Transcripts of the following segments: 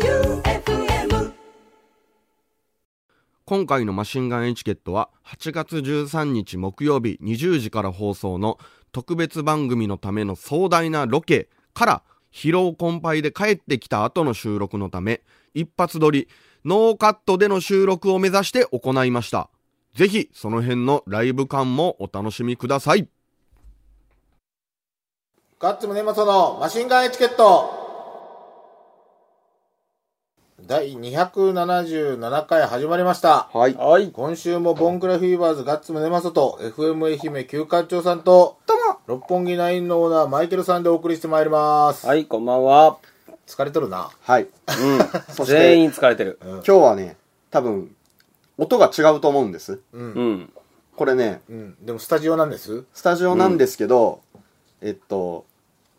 J-O-E-U-F-M 今回のマシンガンエチケットは8月13日木曜日20時から放送の特別番組のための壮大なロケから疲労困憊で帰ってきた後の収録のため一発撮りノーカットでの収録を目指して行いました。ぜひその辺のライブ感もお楽しみください。ガッツムネマソのマシンガンエチケット第277回始まりました。はい。はい。今週もボンクラフィーバーズガッツムネマソと FM 愛媛旧館長さんと六本木ナインのオーナーマイケルさんでお送りしてまいります。はい、こんばんは。疲れとるな。はい。うん。そして 全員疲れてる。今日はね、多分、音が違うと思うんです。うん。これね、うん。でもスタジオなんです。スタジオなんですけど、えっと、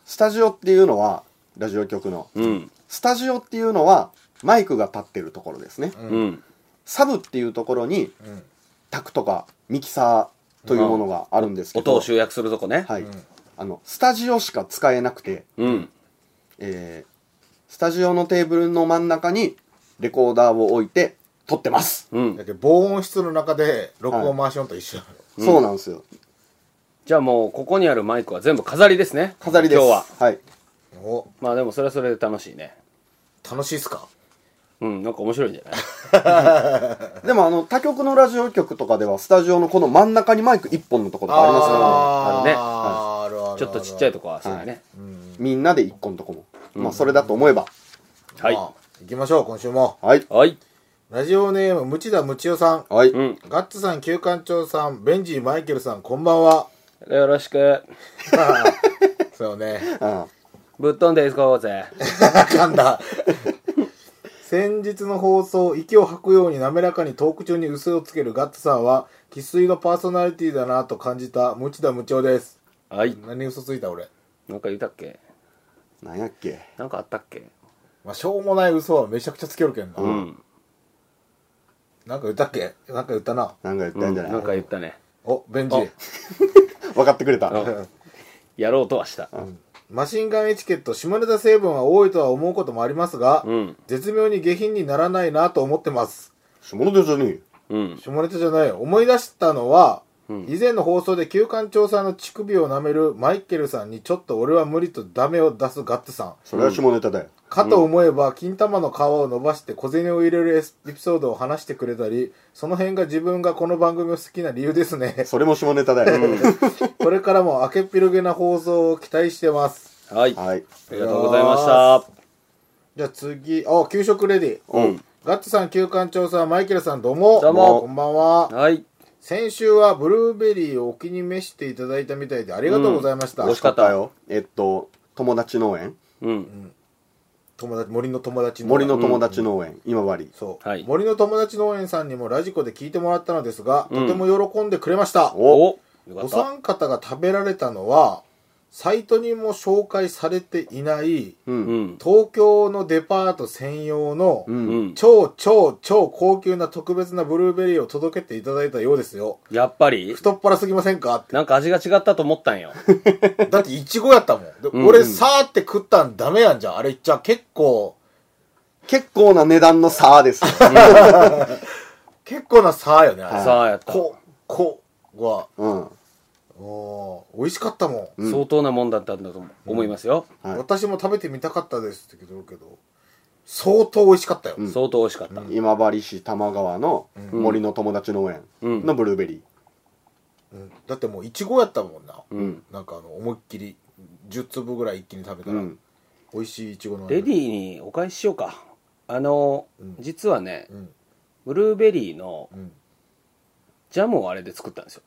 スタジオっていうのは、ラジオ局の、うん。スタジオっていうのは、マイクが立ってるところですね。うん。サブっていうところに、うん。タクとかミキサーというものがあるんですけど、音を集約するとこね。はい、んあの、スタジオしか使えなくて、うん。えー、スタジオのテーブルの真ん中に、レコーダーを置いて、撮ってます。うだん。けど防音室の中で録音回しよんと一緒なの。そうなんですよ。じゃあもう、ここにあるマイクは全部飾りですね。飾りです。今日は。はい。お、まあでも、それはそれで楽しいね。楽しいっすかうん。なんか面白いんじゃ ないでもあの他局のラジオ局とかではスタジオのこの真ん中にマイク1本のところとかありますかあるねあーあるあるあるちょっとちっちゃいとこは、そうだね。らねみんなで1個のとこも、まあそれだと思えばはい。まあ行きましょう、今週も。はいはい。ラジオネーム、ムチダムチオさん。はい、うん。ガッツさん、旧館長さん、ベンジー、マイケルさん、こんばんは。 よろしく。そうね。あぶっ飛んでいこうぜ。あかんだ。先日の放送、息を吐くように滑らかにトーク中に嘘をつけるガッツさんは、生粋のパーソナリティだなと感じた、ムチダムチオです。はい。何嘘ついた俺。なんか言ったっけなんやっけなんかあったっけまあ、しょうもない嘘はめちゃくちゃつけるけんな。うん。なんか言ったっけなんか言ったな。なんか言ったうんんじゃない、なんか言った ね。お、ベンジー。分かってくれたうんやろうとはした。マシンガンエチケット、下ネタ成分は多いとは思うこともありますが、うん。絶妙に下品にならないなと思ってます。下ネタじゃねえようん。下ネタじゃないよ思い出したのは、以前の放送で旧館長さんの乳首を舐めるマイケルさんにちょっと俺は無理とダメを出すガッツさんそれは下ネタだよ、かと思えば金玉の皮を伸ばして小銭を入れるエスエピソードを話してくれたりその辺が自分がこの番組を好きな理由です ねそれも下ネタだよ、これからも明けっぴるげな放送を期待してますはい。あはいりがとうございました。じゃあ次あ給食レディうんガッツさん旧館長さんマイケルさんどうもどうもこんばんははい。先週はブルーベリーをお気に召していただいたみたいでありがとうございました、うん美味しか買っったたよえっと友達農園うん。友達森の友達森の友達農園、今治そう、はい森の友達農園さんにもラジコで聞いてもらったのですが、とても喜んでくれましたおおよかった。三方が食べられたのはサイトにも紹介されていないうん。東京のデパート専用のうん。超超超高級な特別なブルーベリーを届けていただいたようですよやっぱり太っ腹すぎませんかってなんか味が違ったと思ったんよ。だってイチゴやったもん。で俺さーって食ったんダメやんじゃん。あれじゃあ結構、結構な値段の差 ですよ結構なさーよね、あれ。さあやった。こ、こは、うんおー美味しかったもん。相当なもんだったんだと思いますよ。はい私も食べてみたかったですって言うけど、相当美味しかったよ。相当美味しかった。今治市玉川の森の友達農園のブルーベリー、うんだってもうイチゴやったもんな。んなんかあの、思いっきり、10粒ぐらい一気に食べたら、うん美味しいイチゴの味。レディーにお返ししようか。あの、実はね、んブルーベリーのんジャムをあれで作ったんですよ。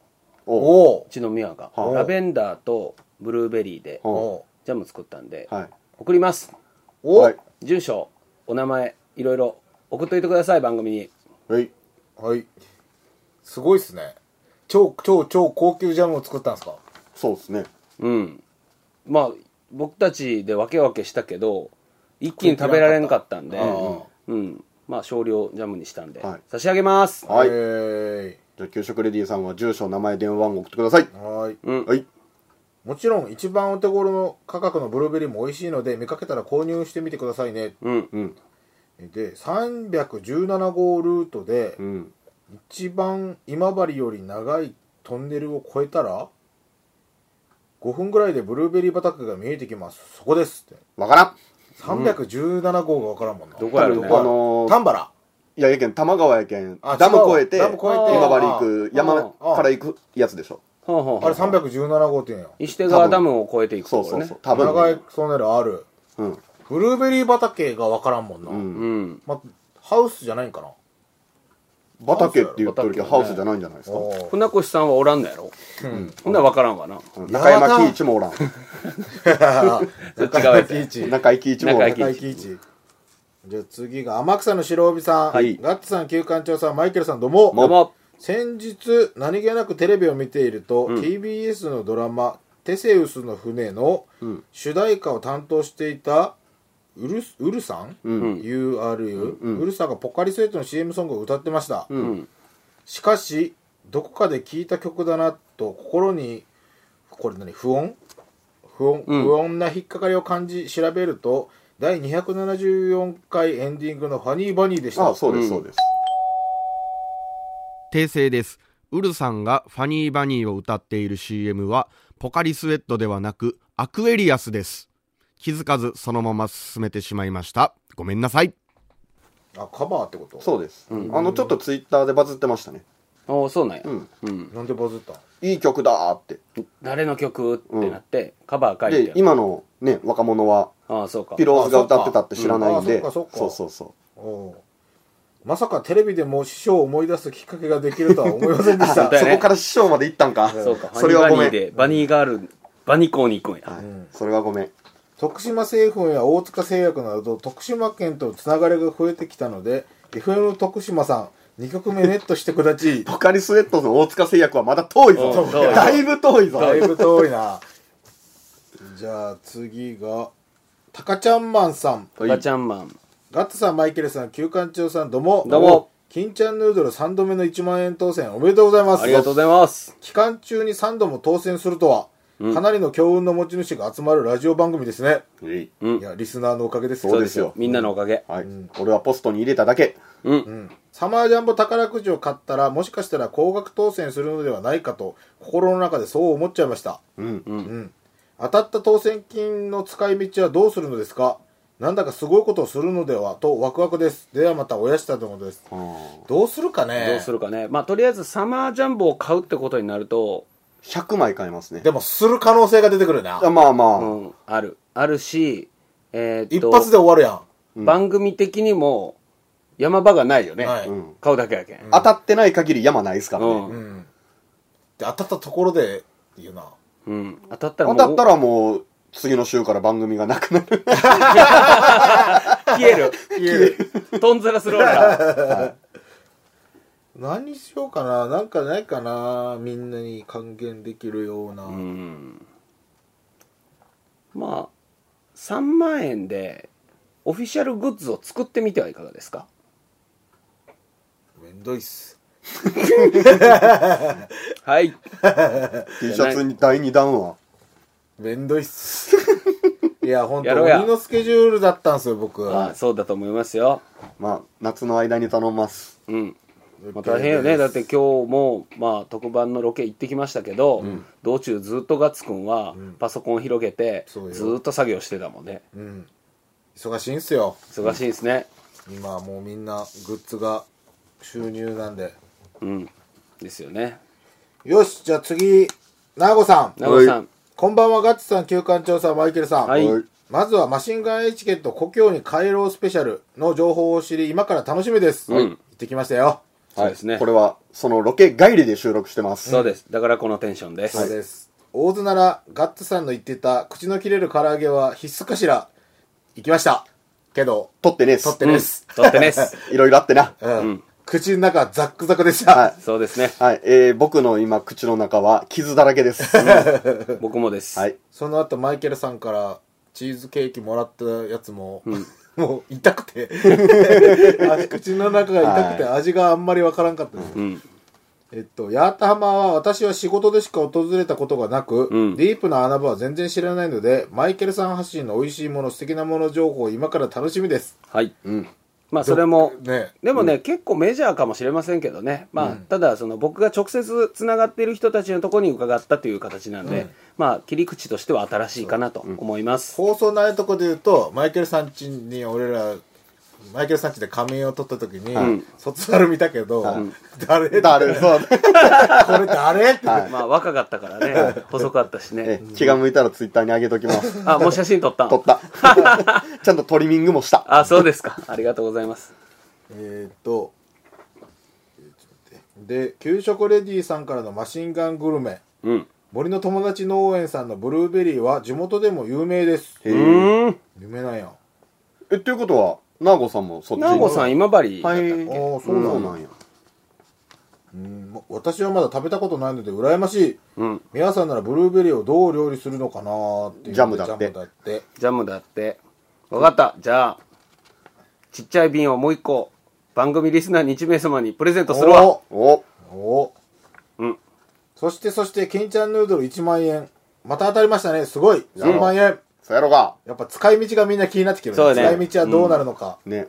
おおうちのミワが。はあラベンダーとブルーベリーでおうんおジャム作ったんで、はい送ります。お、はい住所、お名前、いろいろ送っといてください、番組に。はいはい。すごいっすね。超、超、超高級ジャムを作ったんですかそうですねうん。まあ、僕たちで分け分けしたけど、一気に食べられなかったんで、あーうん。まあ、少量ジャムにしたんで、はい差し上げます。はいえーいじゃあ給食レディーさんは住所名前電話番号送ってくださいはーい。うん。はいもちろん一番お手頃の価格のブルーベリーも美味しいので見かけたら購入してみてくださいねうんうんで317号ルートでうん一番今治より長いトンネルを越えたら5分ぐらいでブルーベリー畑が見えてきますそこですってわからん317号が分からんもんな、どこやろうねあのー丹原いやいやけん玉川やけんあダム越えてダム越えて今治行くあー山から行くやつでしょほうほうほあうれ317号って言うんや石手川ダムを越えていくそとこうろねそうそう多分長いソネルあるうんブルーベリー畑が分からんもんな、うんうんま、ハウスじゃないん かな畑って言ってるけどハハウウススじだゃないんじゃないですかおー船越さんはおらんのやろ、うん、ほんなら分からんわなうん中山喜一もおらんそっ ち側や中井貴一中井貴一もおらん中中井貴一じゃあ次が天草の白帯さん、はいガッツさん旧館長さんマイケルさんどうもどうも先日何気なくテレビを見ていると、TBS のドラマ「テセウスの船」の主題歌を担当していたウルスウルさん、URU、ウルさんがポカリスエットの CM ソングを歌ってました、んしかしどこかで聴いた曲だなと心にこれ何不穏不穏,、不穏な引っかかりを感じ調べると第274回エンディングの「ファニーバニー」でしたあそうですうんそうです訂正ですウルさんがファニーバニーを歌っている CM はポカリスエットではなくアクエリアスです気づかずそのまま進めてしまいましたごめんなさいあカバーってことそうですあのちょっとツイッターでバズってましたねおそうなんや、うんうんなんでバズったんいい曲だーって誰の曲ってなって、カバー書いでて今のね若者はああそうかピローズが歌ってたって知らないんであそっかそそっうかそうそおうまさかテレビでも師匠を思い出すきっかけができるとは思いませんでしう ただそよねこから師匠まで行ったんかそうかそれはごめバニんーでバニーガールバニコーに行くんや、はいそれはごめん徳島製粉や大塚製薬など徳島県とのつながりが増えてきたので FM 徳島さん2曲目ネットしてくだち いポカリスエットの大塚製薬はまだ遠いぞうん遠いだいぶ遠いぞだいぶ遠いなじゃあ次がたかちゃんマンさんガチャンマンガッツさんマイケルさん旧館長さんどうもどうも金ちゃんヌードル3度目の1万円当選おめでとうございますありがとうございます期間中に3度も当選するとは、かなりの強運の持ち主が集まるラジオ番組ですね、えいうんいやリスナーのおかげですそうですよみんなのおかげはい俺はポストに入れただけうん、うんサマージャンボ宝くじを買ったらもしかしたら高額当選するのではないかと心の中でそう思っちゃいました、うんうん当たった当選金の使い道はどうするのですかなんだかすごいことをするのではとワクワクですではまたおやしたとのことですどうするかねどうするかねまあとりあえずサマージャンボを買うってことになると、 100枚買えますねでもする可能性が出てくるなあまあまあ、うん、あるあるしえーっ一と発で終わるやん番組的にも山場がないよね、はいうん買うだけやけん、当たってない限り山ないですからね、うんうん、で当たったところでっていうなうん、当たった当らもうたったらもう次の週から番組がなくなる消える消えるとんざらする俺ら何しようかななんかないかなみんなに還元できるような、うんまあ3万円でオフィシャルグッズを作ってみてはいかがですかめんどいっすはい T シャツに第2弾はめんどいっ すいや本や当ろうや鬼のスケジュールだったんですよ僕まあそうだと思いますよまあ夏の間に頼みますうん、まあ、大変よねだって今日も、まあ、特番のロケ行ってきましたけど、道中ずっとガッツくんはパソコン広げて、そうよずっと作業してたもんねうん忙しいんすよ忙しいですね今はもうみんなグッズが収入なんでうんですよねよしじゃあ次ナーゴさん名古屋さんこんばんはガッツさん旧館長さんマイケルさんはいまずはマシンガンエチケット故郷に帰ろうスペシャルの情報を知り今から楽しみです、うん行ってきましたよそうですねこれはそのロケ帰りで収録してますそうですだからこのテンションです、そうです、大津ならガッツさんの言ってた口の切れる唐揚げは必須かしら行きましたけど撮ってねえっす取ってねっす、とってねっすいろいろあってなうん口の中ザックザクでした、はそうですねはい、えー、僕の今口の中は傷だらけです、僕もです、はいその後マイケルさんからチーズケーキもらったやつも、もう痛くてあ口の中が痛くて味があんまりわからんかったです、んえっと、八幡浜は私は仕事でしか訪れたことがなく、うんディープな穴場は全然知らないので、マイケルさん発信の美味しいもの、素敵なもの情報を今から楽しみです。はい。まあ、それも、ね。でもね、結構メジャーかもしれませんけどね。まあ、ただ、その僕が直接つながっている人たちのところに伺ったという形なので、まあ、切り口としては新しいかなと思います。放送ないとこで言うと、マイケルさんちに俺ら、マイケルさんちで仮面を取った時に、卒アル見たけど、誰だ、誰そうねこれ誰って。まあ、若かったからね、 細かったしね。気が向いたらツイッターに上げときます。あ、もう写真撮ったん撮 った。ちゃんとトリミングもした。あ、そうですか。ありがとうございます。えーっと、えーちょっと待ってで、給食レディーさんからのマシンガングルメ。うん。森の友達農園さんのブルーベリーは地元でも有名です。へうえ。ーん。有名なんや。え、ということは、ナーゴさんもそっちナーゴさん、今治だはったっい。け、あーそうなんだなんや。うんもう私はまだ食べたことないので羨ましい。うん。皆さんならブルーベリーをどう料理するのかなーっていうジャムだってジャムだって。ジャムだって。わかった。じゃあ、ちっちゃい瓶をもう一個、番組リスナーに1名様にプレゼントするわ。おおううんそしてそして、ケンちゃんヌードル1万円。また当たりましたね。すごい。3万円。そうやろか。やっぱ使い道がみんな気になってきてる、そうね使い道はどうなるのか。ね。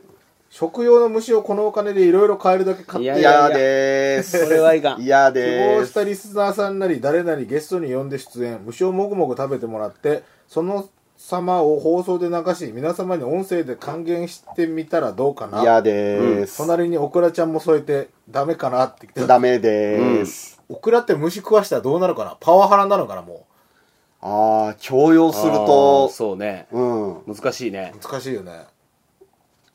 食用の虫をこのお金でいろいろ買えるだけ買っいてやいやでーす。これはいかんいや希で望ーしす。たリスナーさんなり誰なりゲストに呼んで出演虫をもぐもぐ食べてもらってその様を放送で流し皆様に音声で還元してみたらどうかいなやでーす。隣にオクラちゃんも添えてダメかなって言ってダメでーす。オクラって虫食わしたらどうなるかなパワハラなのかなもああ、強要するあーと、そうね。うん。難しいねう。難しいよね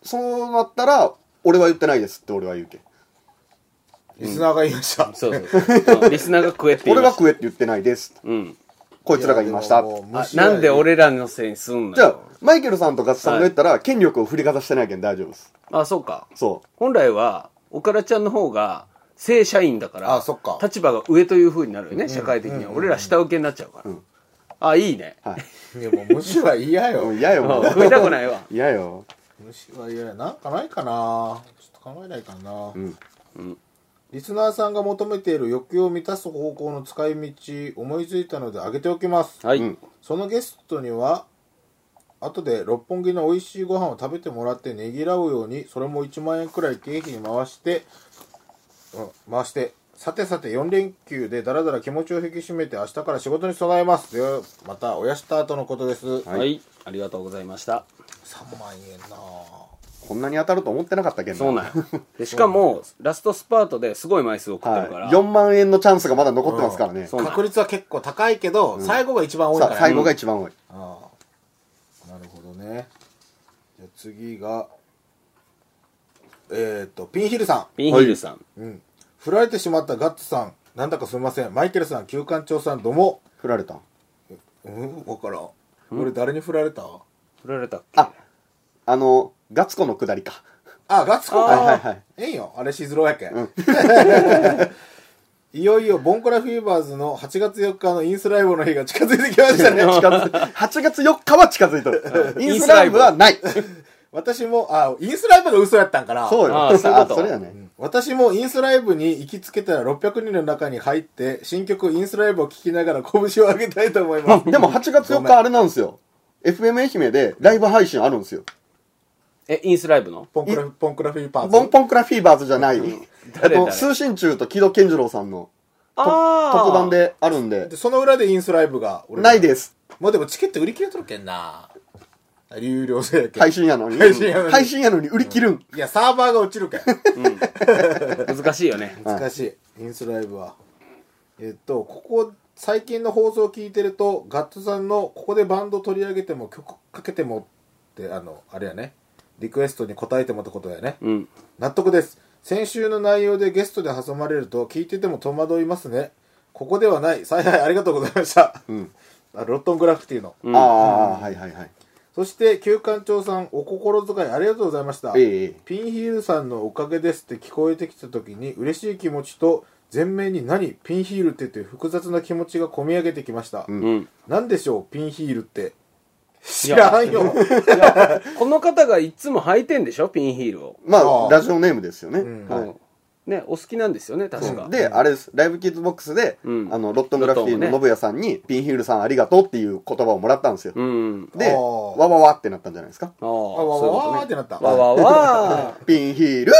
そうなったら、俺は言ってないですって俺は言うけ。リスナーが言いました、そうそう そう。リスナーが食えって言い俺まがした食えって言ってないです。うん。こいつらが言いましたや。でももうあ虫はなんで俺らのせいにすんのじゃあ、マイケルさんとガチさんが言ったら、権力を振りかざしてないけん大丈夫です。あ、そうか。そ本来は、おからちゃんの方が、正社員だから、あそっか立場が上という風になるよね、社会的には。俺ら下請けになっちゃうから。あ、いいね。う。はい。いやもう虫は嫌も よう 嫌よ、もあう。食いたくないわ。嫌よ。虫は嫌やなんかないかなちょっと考えないかなうん。リスナーさんが求めている欲求を満たす方向の使い道思いついたので挙げておきます、はい。うんそのゲストには後で六本木の美味しいご飯を食べてもらってねぎらうようにそれも1万円くらい経費に回して、うん、回してさてさて4連休でだらだら気持ちを引き締めて明日から仕事に備えますではまたおやした後のことです、はい、ありがとうございました。 3万円なあこんなに当たると思ってなかったけんそうなんよでしかも、ラストスパートですごい枚数送ってるから。はい。4万円のチャンスがまだ残ってますからね。そうなんよ確率は結構高いけど、最後が一番多いかさあらね最後が一番多い。ああなるほどねじゃあ次がえー、っとピンヒルさピンヒルさん。ん、うん、振られてしまったガッツさんなんだかすみませんマイケルさん旧館長さんどうも振られた。うん分からん俺誰に振られた振られたっけあ、あの、ガツコの下り か。あガッツコはいかはいはい。ええんよあれしづろやけん、 いよいよボンコラフィーバーズの8月4日のインスライブの日が近づいてきましたね近づ8月4日は近づいとる。インスライブはない。 私もあインスライブが嘘やったんからそうあよ。ーそういうことあそれやね。私もインスライブに行きつけたら600人の中に入って新曲インスライブを聴きながら拳を上げたいと思いますでも8月4日あれなんですよ。FM 愛媛でライブ配信あるんですよ。え、インスライブのポンクラポンクラフィーパーツボンポンクラフィーバーズじゃない。あ誰の、通信中と木戸健二郎さんのあー特番であるんでで、その裏でインスライブが俺らないです。まあでもチケット売り切れとるけんな有料制やけん、配信やのに。配信やのに配信やのに売り切るん。いやサーバーが落ちるけん難しいよね。難しいインスライブはえっとここ最近の放送を聞いてるとガッツさんの「ここでバンド取り上げても曲かけても」ってあのあれやねリクエストに答えてもってことやねうん。納得です先週の内容でゲストで挟まれると聞いてても戸惑いますねここではない采配ありがとうございました、んあロットングラフィティの、ああ、はいはいはい。そして旧館長さんお心遣いありがとうございました、ええピンヒールさんのおかげですって聞こえてきた時に嬉しい気持ちと前面に何ピンヒールってという複雑な気持ちが込み上げてきました、うん。い何でしょうピンヒールって知らんよやこの方がいつも履いてんでしょピンヒールを。まああ、あラジオネームですよね。んはいうんね、お好きなんですよね、確か。で、あれです。ライブキッズボックスで、うんあの、ロットングラフィティロットンのもね信也さんに、ピンヒールさんありがとうっていう言葉をもらったんですよ。うん。で、あーわわわってなったんじゃないですか。ああ、あわそわういうこわーとっね。てなった。わわわー。ピンヒール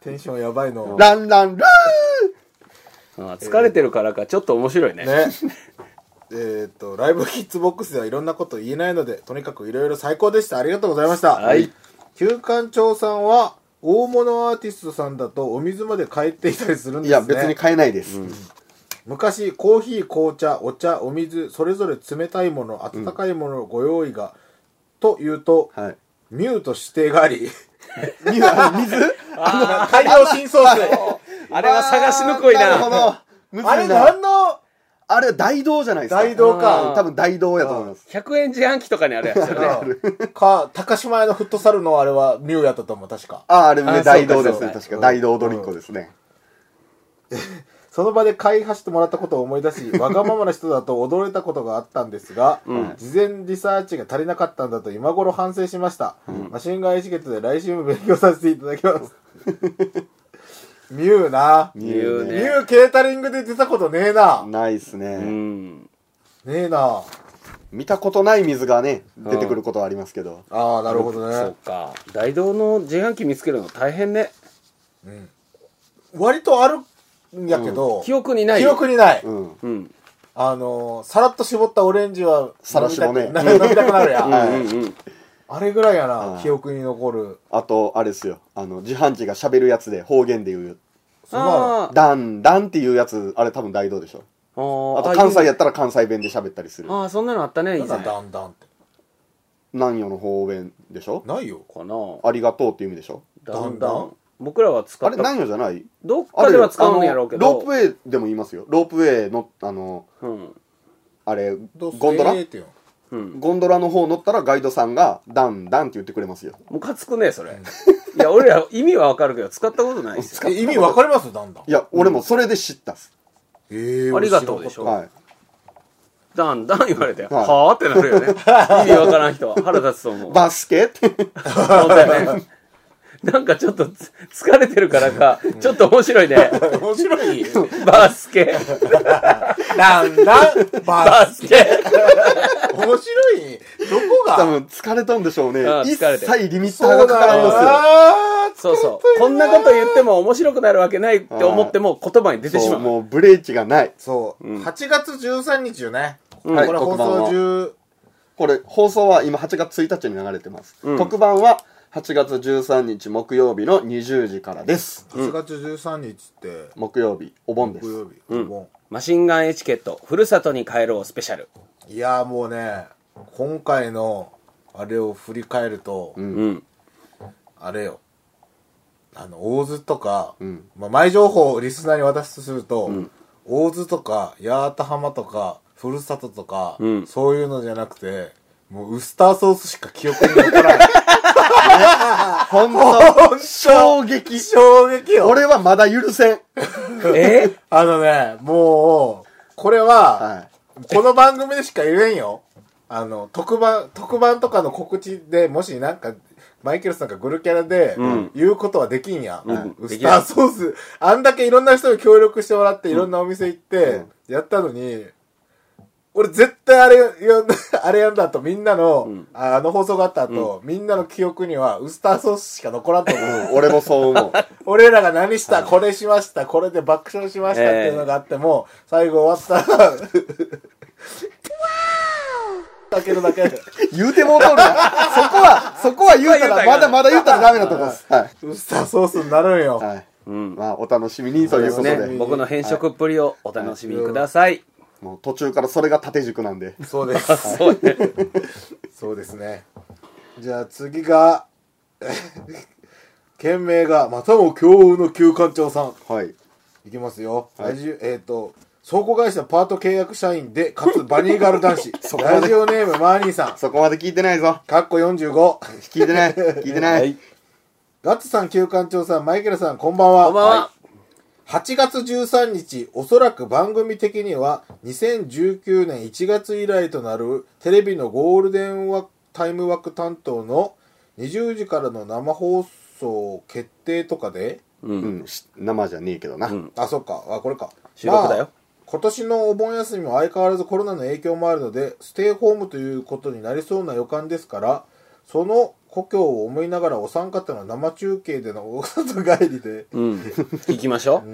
テンションやばいの。ランランラ ああ疲れてるからか、ちょっと面白いね。ね。えっと、ライブキッズボックスではいろんなこと言えないので、とにかくいろいろ最高でした。ありがとうございました。はい。旧館長さんは、大物アーティストさんだとお水まで買っていたりするんンですね。いや、別に買えないです。昔コーヒー紅茶お茶お水それぞれ冷たいもの温かいものをご用意が、というと、はい。ミュート指定がありには水あの大量深層水あれは探しのこいなるほな。ど。むずいなあれ何のあれは大道じゃないですか。大道うんか多分大道やと思います。 100円自販機とかにあるやつだよね。か高島屋のフットサルのあれはミューやったと思う確かああ、あれあね、ーそうか大道ですそうね。か確か。大道ドリンクですね。その場で買い走ってもらったことを思い出 しわがままな人だと驚いたことがあったんですが、事前リサーチが足りなかったんだと今頃反省しました、マシンガンエチケットで来週も勉強させていただきます ミューなミ言うュね。ミューケータリングで出たことねえな。ねないっすね。うん。えな。見たことない水がね、出てくることはありますけど。ああ、なるほそうどね。か。大道の自販機見つけるの大変ね。割とあるんやけど、記憶にない。記憶にない。うん。うん。あのー、さらっと絞ったオレンジは、さらしもね飲みたく飲みたくなるや。うんんうんうん。あれぐらいやうな、ん記憶に残る。あと、あれですよ。あの、自販機が喋るやつで方言で言う。そんなのあーダン、ダンっていうやつ、あれ多分大道でしょ。ああー。と関西やっったら関西弁で喋ったりする。ああ、そんなのあったね、な以んだ前。かだんだんって。南洋の方言でしょないよ。な。ありがとうっていう意味でしょだんだだんだんん。僕らは使あっれた。南洋じゃないどっあかれでは使うんやろうけあのローど。プウェイでも言いますよ。ロープウェイの、あの、うん。あれ、どうすゴンドラええってようん。ゴンドラの方乗ったらガイドさんが、ダン、ダンって言ってくれますよ。ムカつくね、それ。いや、俺ら意味はわかるけど、使ったことないですよ。え意味わかりますだんだんい。や、俺もそれで知ったっす。えーありがとうでしょはい。だんだん言われて、はいはぁってなる よね。意味わからん人は腹立つと思う。バスケって。そうだよね。なんかちょっとつ疲れてるからか、ちょっと面白いね。面白い。バスケ、だんだん、ババスケ。ス。面白い。どこ多が分疲れたんでしょうねあ。あ一疲れてる切リミッターがかかよらんな。そうそう。こんなこと言っても面白くなるわけないって思っても言葉に出でてすしよ。そまう、う。もうブレーキがない。そう、8月13日よね、はいこれ放黒板送は中これ、放送は今8月1日に流れてます。特番は8月13日木曜日の20時からです。 8月13日って木曜日、お盆で木す。曜日、お盆マシンガンエチケット、ふるさとに帰ろうスペシャル。いやーもうね今回のあれを振り返ると、うん。あれよあの大津とか、んまあ、前情報をリスナーに渡すとすると、大津とか八幡浜とかふるさととか、んそういうのじゃなくてもうウスターソースしか記憶に残らないほんと、衝撃。 衝撃よ俺はまだ許せん。えあのねもうこれは、はい。この番組でしか言えんよ。あの、特番、特番とかの告知で、もしなんか、マイケルさんがグルキャラで、言うことはできんや、ん。ウスターソース、あんだけいろんな人に協力してもらって、いろんなお店行って、やったのに、俺絶対あれよ、 あれやんだとみんなの、ああの放送があった後、みんなの記憶にはウスターソースしか残らんと思う。うん、俺もそう思う。俺らが何した、これしました、これで爆笑しましたっていうのがあっても、最後終わったら、かけるだけで。言うてもうとるな。そこは、そこは言うたら、まだまだ言うたらダメなとこです。はい。ウスターソースになるんよ。はい。うん。まあ、お楽しみにということね、で。僕の変色っぷりをお楽しみください。もう途中からそれが縦軸なんで。そうです。そうね。そうですね。じゃあ次が、 県名が、またも強運の旧館長さん。はい。いきますよ。ラジオえっ、と、倉庫会社パート契約社員で、かつバニーガール男子。 そこまでラジオネームマーニーさん。そこまで聞いてないぞ。かっこ45。聞いてない。聞いてない。はいガッツさん、旧館長さん、マイケルさん、こんばんは。 こんばんは。 8月13日、おそらく番組的には2019年1月以来となるテレビのゴールデンワタイム枠担当の20時からの生放送決定とかでう。うんん、し生じゃねえけどな。んあそっかあこれか収録だまよあ今年のお盆休みも相変わらずコロナの影響もあるのでステイホームということになりそうな予感ですからその故郷を思いながらお三方の生中継でのお里帰りでうん。聞きましょ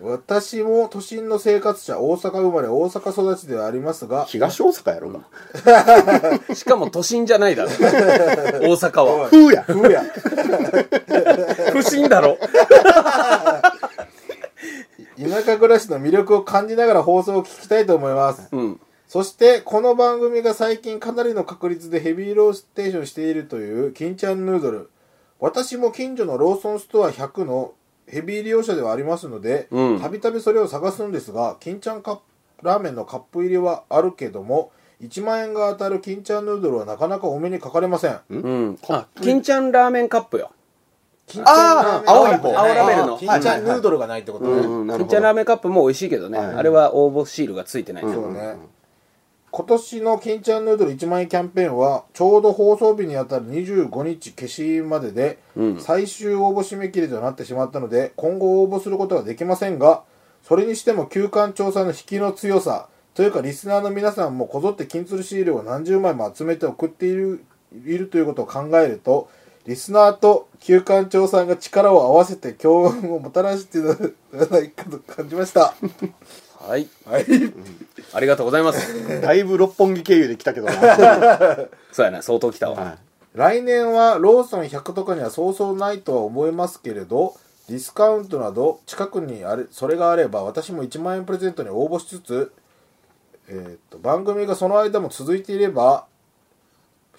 う。私も都心の生活者大阪生まれ大阪育ちではあります が東大阪やろな。しかも都心じゃないだろ。大阪は。ふうやふうや不審だろ。田舎暮らしの魅力を感じながら放送を聞きたいと思いますうん。そしてこの番組が最近かなりの確率でヘビーローステーションしているという金ちゃんヌードル私も近所のローソンストア100のヘビー利用者ではありますのでうんたびたびそれを探すんですが金ちゃんカップラーメンのカップ入りはあるけども1万円が当たる金ちゃんヌードルはなかなかお目にかかれませんうん。あ、金ちゃんラーメンカップよ。金ちゃんラーメンカップあー青い方ない青ラベルのあー金ちゃんヌードルがないってことね、うん、なる金ほちゃんど。ラーメンカップも美味しいけどね。はいあれは応募シールがついてない。そうね、今年の金ちゃんヌードル1万円キャンペーンはちょうど放送日にあたる25日消しまでで、最終応募締め切りとなってしまったので今後応募することはできませんがそれにしても旧館調査の引きの強さというかリスナーの皆さんもこぞって金鶴シールを何十枚も集めて送っているいるということを考えるとリスナーと旧館長さんが力を合わせて強運をもたらしていたのではないかと感じま した。はい。はいありがとうございます。だいぶ六本木経由で来た けどな。そうやな、相当来たわ。来年はローソン100とかにはそうそうないとは思いますけれどディスカウントなど近くにあれそれがあれば私も1万円プレゼントに応募しつつ、えーっと番組がその間も続いていれば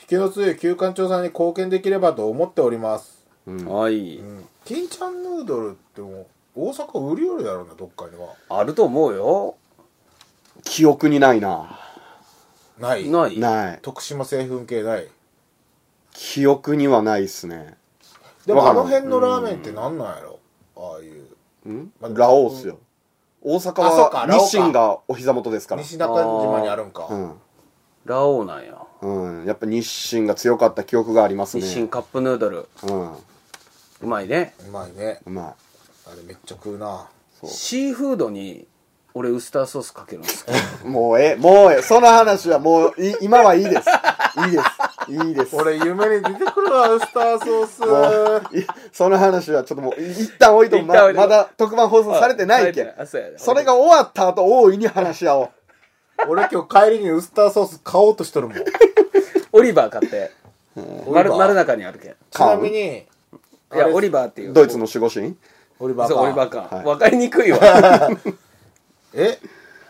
引きの強い旧館長さんに貢献できればと思っておりますはい。金ちゃんヌードルってもう大阪売りよるやろなどっかにはあると思うよ。記憶にないな。ないない。ない。徳島製粉系ない記憶にはないっすね。でもわあからんの辺のラーメンってなんなんやろああいうんまあラオウっすよ。大阪あそうかはラオウか日清がお膝元ですから。西中島にあるんかうん。ラオウなんや。うん。やっぱ日清が強かった記憶があります日ね。清カップヌードル。うん。ううまいね。うまいねまあれめっちゃ食うなシーフードに、俺ウスターソースかけるんですかい。もうええ、もうええ。その話はもうい、 今はいいです。いいです。いいです。俺夢に出てくるわウスターソースいその話はちょっともう一旦置いと一旦ま置いとまこだ特番放送されてないけんあそうやねそれが終わった後大いに話し合おう俺今日帰りにウスターソース買おうとしとるもんオリバー買って、 丸、丸中にあるけん。ちなみにいや、オリバーっていう。ドイツの守護神オリバーそう、オリバーかか。はいわかりにく いわ。え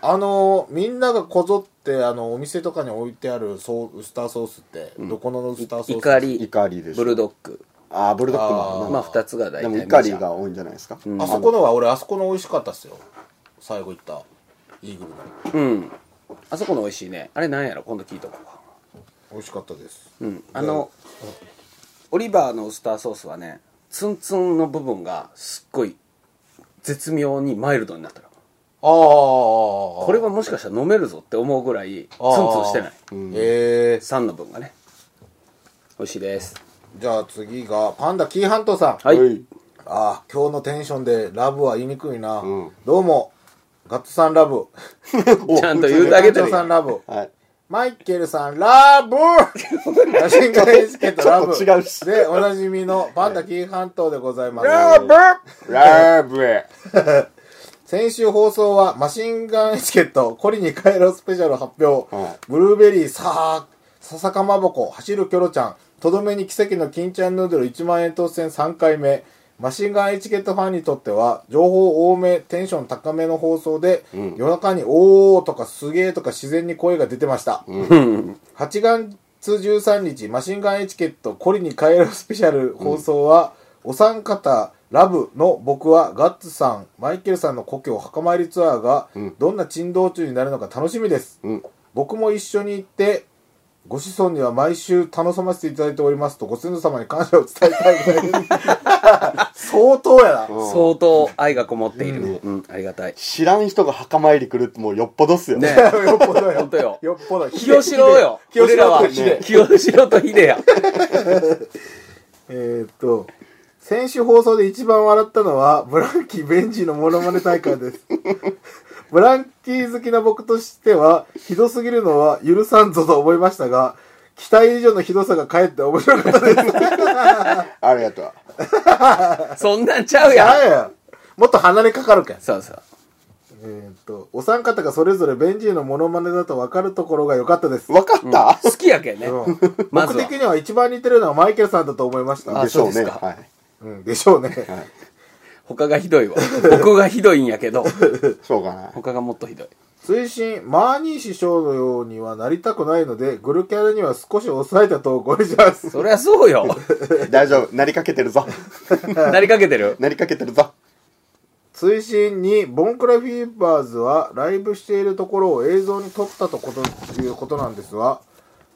あのーみんながこぞってあのお店とかに置いてあるそうウスターソースってどこのウスターソースイカリ、怒りでしょブルドッグ。ああブルドッグもあるまなあ、二つが大で体もメジャー。怒りが多いんじゃないですか、あそこのは俺あそこの美味しかったっすよ最後行ったイーグルのうん。あそこの美味しいね。あれなんやろ今度聞いとこうか。美味しかったですうん。あの、オリバーのウスターソースはね、ツンツンの部分がすっごい絶妙にマイルドになったの。ああここれはもしかしたら飲めるぞって思うぐらいツンツンしてない。へえ酸の分がね。美味しいです。じゃあ次がパンダキーハントさんはい。はいああ今日のテンションでラブは言いにくいな、うんどうもガッツさんラブちゃんと言うてあげてガるッツさんラブはいマイケルさん ラブ写真家エスケとラブちょっと違うしでおなじみのパンダ紀伊半島でございますラブエ先週放送はマシンガンエチケット、コリに帰ろうスペシャル発表、うんブルーベリー、さあ、笹かまぼこ、走るキョロちゃん、とどめに奇跡の金ちゃんヌードル1万円当選3回目、マシンガンエチケットファンにとっては、情報多め、テンション高めの放送で、夜中におーとかすげーとか自然に声が出てました。8月13日、マシンガンエチケット、コリに帰ろうスペシャル放送は、お三方、ラブの僕は、ガッツさん、マイケルさんの故郷、墓参りツアーが、どんな珍道中になるのか楽しみです。うん僕も一緒に行って、ご子孫には毎週楽しませていただいておりますと、ご先祖様に感謝を伝えたいぐらいです。相当やな。相当愛がこもっている。うん、ありがたい。知らん人が墓参り来るってもうよっぽどっすよ ねよっぽど本当よよ。よっぽど。清志郎よ。清俺志ら郎はとヒデ。清志郎とヒデや。えーっと、先週放送で一番笑ったのは、ブランキー・ベンジーのモノマネ大会 です。ブランキー好きな僕としては、ひどすぎるのは許さんぞと思いましたが、期待以上のひどさがかえって面白かったで す。ありがとう。そんなんちゃうやん。あやもっと離れかかるけん。そうそう。えーっと、お三方がそれぞれベンジーのモノマネだと分かるところが良かったです。わかった、好きやけんね。うん まず僕は的には一番似てるのはマイケルさんだと思いました。あでしょうそね。うですかはい。うん、でしょうね。他がひどいわ。僕がひどいんやけ ど、そうかな。他がもっとひどい。追伸マーニー師匠のようにはなりたくないので、グルキャラには少し抑えた投稿にします。 そりゃそうよ。 大丈夫。なりかけてるぞ。なりかけてる。なりかけてるぞ。追伸に、ボンクラフィーバーズはライブしているところを映像に撮ったとこと、いうことなんですが、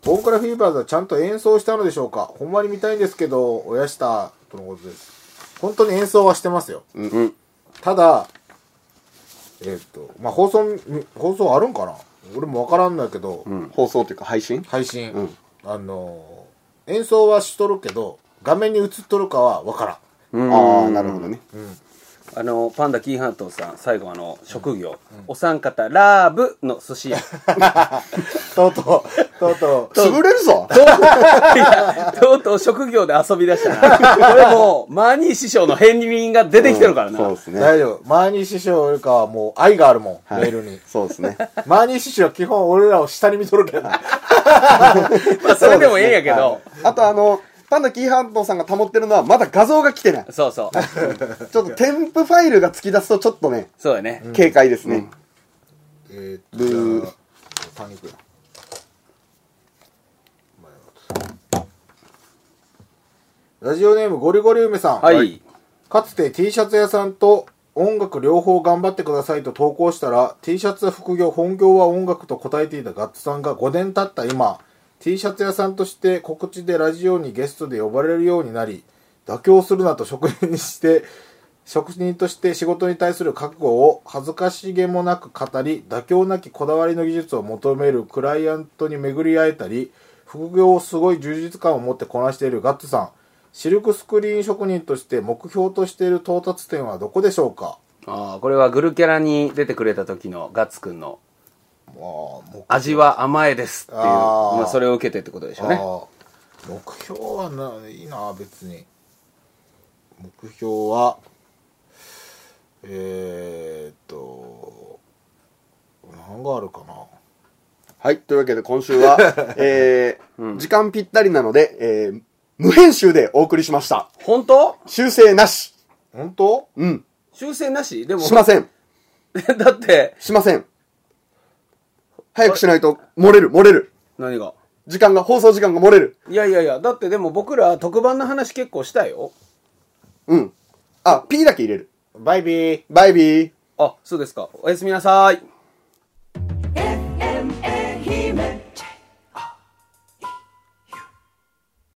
ボンクラフィーバーズはちゃんと演奏したのでしょうかほんまに見たいんですけど、親した、とのことです。本当に演奏はしてますよ。うんうん。ただ、えーっと、まあ、放送、放送あるんかな俺もわからんないけど、放送というか配信配信、うんあのー演奏はしとるけど画面に映っとるかは分からんああ、なるほどね。あの、パンダキーハントさん、最後あの、職業。お三方、ラーブの寿司 屋。とうと うとうと潰れるぞいやとうとう職業で遊び出した な。これもう、マーニー師匠の片鱗が出てきてるからな。そうですう、ね。大丈夫マーニー師匠よりかはもう愛があるもん、はいメールにそうですね。マーニー師匠は基本俺らを下に見とるけどなまあ、それでもええんやけはどい。あとあの、パンダキーハントさんが保ってるのはまだ画像が来て ない。ちそうそう。ょっと添付ファイルが突き出すとちょっとね、そうやね。警戒ですね。 えーっブーとパニックやラジオネームゴリゴリ梅さん、はい。かつて T シャツ屋さんと音楽両方頑張ってくださいと投稿したら T シャツは副業本業は音楽と答えていたガッツさんが5年経った今 T シャツ屋さんとして告知でラジオにゲストで呼ばれるようになり妥協するなと職人にして職人として仕事に対する覚悟を恥ずかしげもなく語り妥協なきこだわりの技術を求めるクライアントに巡り会えたり副業をすごい充実感を持ってこなしているガッツさんシルクスクリーン職人として目標としている到達点はどこでしょうかあーこれはグルキャラに出てくれた時のガッツくんのまあ目味は甘えですっていう、あーまあ、それを受けてってことでしょうね。ああ目標はないいな別に目標はえー、っと何があるかなはい。というわけで今週 は、えー、時間ぴったりなので、えー、無編集でお送りしました。本当修正なし。本当うん。修正なしでも、しません。 だって、しません。早くしないと、漏れる、漏れる。何が時間が、放送時間が漏れる。いやいやいや、だってでも僕ら特番の話結構したよ。うん。あ、P だけ入れる。バイビーバイビー。あ、そうですか。おやすみなさい。